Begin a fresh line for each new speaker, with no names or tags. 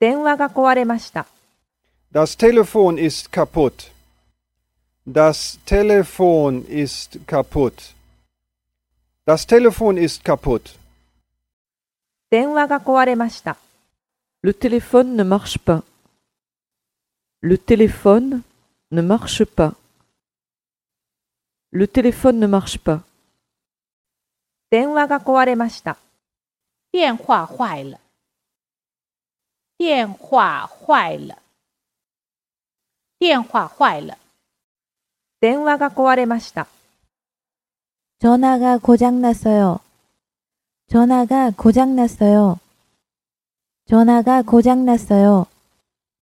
電話が壊れました。
Das Telefon ist kaputt. Das Telefon ist kaputt. Das Telefon ist kaputt.
電話が壊れました。
Le téléphone ne marche pas. Le téléphone ne marche pas. Le téléphone ne marche pas.
電話が壊れました。
电话坏了，电话坏了，电话坏了，
電話が壊れました。
전화가 고장났어요. 전화가 고장났어요. 전화가 고장났어요.